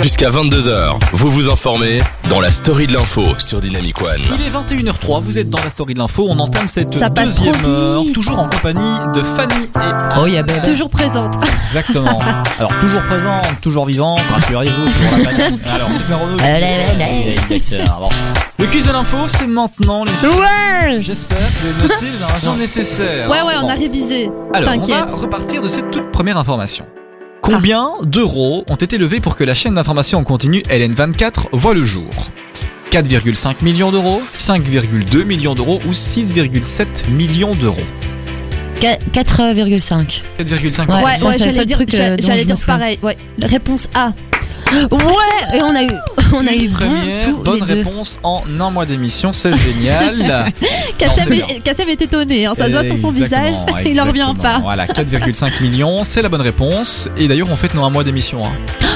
Jusqu'à 22h, vous vous informez dans la story de l'info sur Dynamic One. Il est 21h03, vous êtes dans la story de l'info, on entame cette Ça passe deuxième trop heure, vite. toujours en compagnie de Fanny et Anne. Oh, y'a belle. Toujours présente. Exactement. Alors, toujours présente, toujours vivante, rassurez-vous, toujours la Fanny. Alors, c'est Renaud. Euh, Allez, allez. D'accord, bon. Le quiz de l'info, c'est maintenant les filles. J'espère que vous avez noté les arrangements nécessaires. Ouais, ouais, on Bon. a révisé. Alors, on va T'inquiète. repartir de cette toute première information. Combien d'euros ont été levés pour que la chaîne d'information en continu LN24 voit le jour 4,5 millions d'euros, 5,2 millions d'euros ou 6,7 millions d'euros Qua- 4,5. 4,5 Ouais, Ouais, ça, ouais, c'est le j'allais seul dire, truc, euh, j'allais- dont j'allais je dire me souviens. pareil. Ouais. Réponse A. Ouais, et on a eu, on a eu Une bon première tous bonne les deux. réponse en un mois d'émission, c'est génial. Kassem c'est bien. est, Kassem est étonné, hein, ça se voit sur son visage, Exactement, il en revient exactement. pas. Voilà, 4,5 millions, c'est la bonne réponse. Et d'ailleurs, on fête nos un mois d'émission. hein.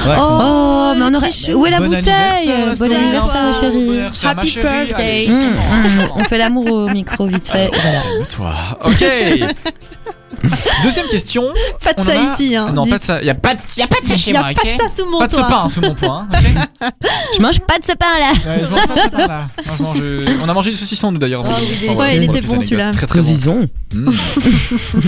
Ouais. Oh, mais on le aurait. petit chou. Où est la Bon bouteille anniversaire, euh, Bon Sarah. anniversaire, Bon chérie. anniversaire, ma Happy chérie. Allez, Mm, birthday. Hum, on se hum, prend. On fait l'amour au micro vite fait. Voilà. Toi. Ok. Deuxième question. Pas de On ça en a- ici. Hein, non, dites. pas de ça. Il y a pas de, y a pas de ça Il chez y a moi. pas ok de ça sous mon Pas de ce toit. pain sous mon poing. hein, ok Je mange pas de ce pain là. Ouais, je mange pas de ce pain, là. Non, je mange, euh, On a mangé du saucisson nous d'ailleurs. Ah oui, Enfin, délicieux. voilà, Ouais, il pour la petite était bon, anecdote. celui-là. Très très bon. disons. Mm.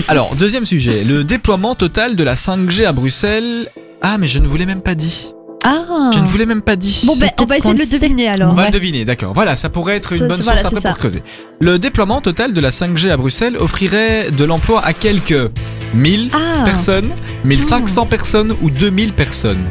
Alors deuxième sujet, le déploiement total de la 5G à Bruxelles. Ah mais je ne vous l'ai même pas dit. Ah. Je ne vous l'ai même pas dit. Bon, ben, on va essayer de le Peut-être qu'on deviner On alors. va le deviner, d'accord. Voilà, ça pourrait être une Ça, bonne c'est- source voilà, après c'est pour ça. creuser. Le déploiement total de la 5G à Bruxelles offrirait de l'emploi à quelques 1000 Ah. personnes, 1500 personnes ou 2000 personnes.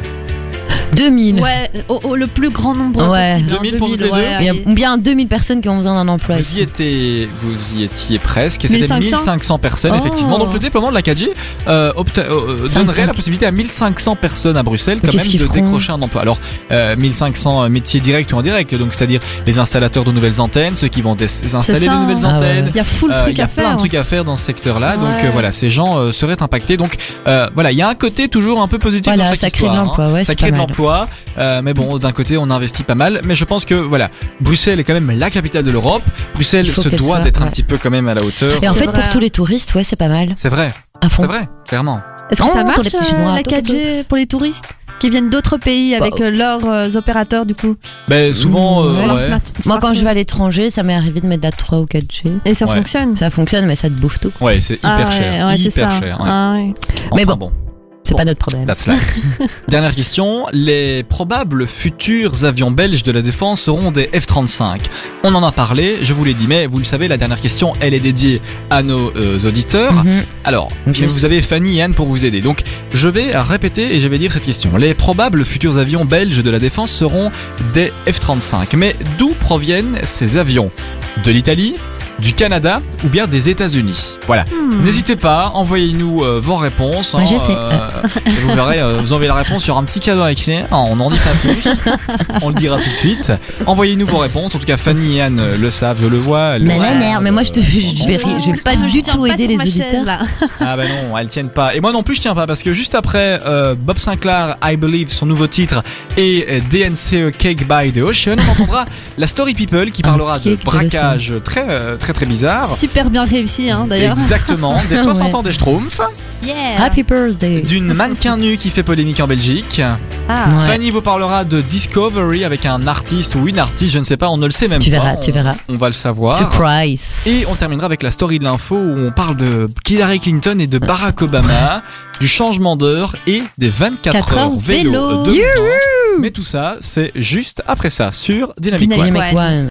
2000. Ouais, au- au- le plus grand nombre Ouais. possible. hein, 2000 pour 2000, toutes les ouais, deux Il y a allez. bien 2000 personnes qui ont besoin d'un emploi. Vous y, étiez, vous y étiez presque, et c'était 1500 1500 personnes, Oh. effectivement. Donc le déploiement de la 4G euh, obte- euh, donnerait 500. la possibilité à 1500 personnes à Bruxelles, Mais quand qu'est-ce même, qu'ils de feront décrocher un emploi. Alors, euh, 1500 métiers directs ou indirect, donc c'est-à-dire les installateurs de nouvelles antennes, ceux qui vont dé- installer ça. de nouvelles Ah ouais. antennes, Il y a full Euh, Il truc y a à plein faire. de trucs à faire dans ce secteur-là, donc Ouais. euh, voilà, ces gens euh, seraient impactés. Donc euh, voilà, il y a un côté toujours un peu positif dans Voilà, chaque ça crée de histoire, l'emploi. hein. Ouais, Ça c'est crée de pas mal. l'emploi, euh, mais bon, d'un côté, on investit pas mal. Mais je pense que voilà, Bruxelles est quand même la capitale de l'Europe. Bruxelles Il faut se qu'elle doit soit, d'être un ouais. petit peu quand même à la hauteur. Et en C'est fait, vrai. pour tous les touristes, ouais, c'est pas mal. C'est vrai, À c'est fond. vrai, clairement. Est-ce que Oh, ça pour marche les petits euh, Chinois, la attends, attends. 4G pour les touristes qui viennent d'autres pays avec euh, leurs euh, opérateurs du coup Ben Mmh. souvent, euh, Sur leur ouais. smart- Moi, quand smartphone. je vais à l'étranger, ça m'est arrivé de mettre de la 3 ou 4G. Et ça Ouais. fonctionne Ça fonctionne, mais ça te bouffe tout. Ouais, c'est hyper Ah ouais, cher, ouais, c'est hyper ça. cher. ouais. Ah ouais. Mais Enfin, bon. C'est Bon. Bah, pas notre problème. That's life. Dernière question. Les probables futurs avions belges de la défense seront des F-35. On en a parlé, je vous l'ai dit, mais vous le savez, la dernière question, elle est dédiée à nos euh, auditeurs. Mhm. Alors, Juste. vous avez Fanny et Anne pour vous aider. Donc, je vais répéter et je vais dire cette question. Les probables futurs avions belges de la défense seront des F-35. Mais d'où proviennent ces avions De l'Italie du Canada ou bien des États-Unis. Voilà. Hmm. N'hésitez pas, envoyez-nous euh, vos réponses. euh, Moi, Mm. Bah, je sais. et vous verrez, euh, vous envoyez la réponse sur un petit cadeau à écrire. Ah, on n'en dit pas plus. on le dira tout de suite. Envoyez-nous vos réponses. En tout cas, Fanny et Anne euh, le savent, je le vois. elles le Mais la savent. merde, mais moi, je te- je vais rire, je vais pas Je du tiens tout pas aider sur les ma chaise, auditeurs. là. Ah bah non, elles tiennent pas. Et moi non plus, je tiens pas parce que juste après euh, Bob Sinclair, I Believe, son nouveau titre, et euh, DNCE Cake by the Ocean, on entendra la Story People qui Un parlera de cake de braquage très euh, très très bizarre. Super bien réussi hein, d'ailleurs. Exactement, des Ouais. 60 ans des Schtroumpfs, Yeah. Happy birthday. d'une mannequin nue qui fait polémique en Belgique. Ah. Ouais. Fanny vous parlera de Discovery avec un artiste ou une artiste, je ne sais pas, on ne le sait même Tu pas. verras, on, tu verras. On va le savoir. Surprise. Et on terminera avec la story de l'info où on parle de Hillary Clinton et de Barack Obama, du changement d'heure et des 24 Quatre heures heures vélo. vélo. de Vence. Mais tout ça, c'est juste après ça sur Dynamic One. Dynamic One. One.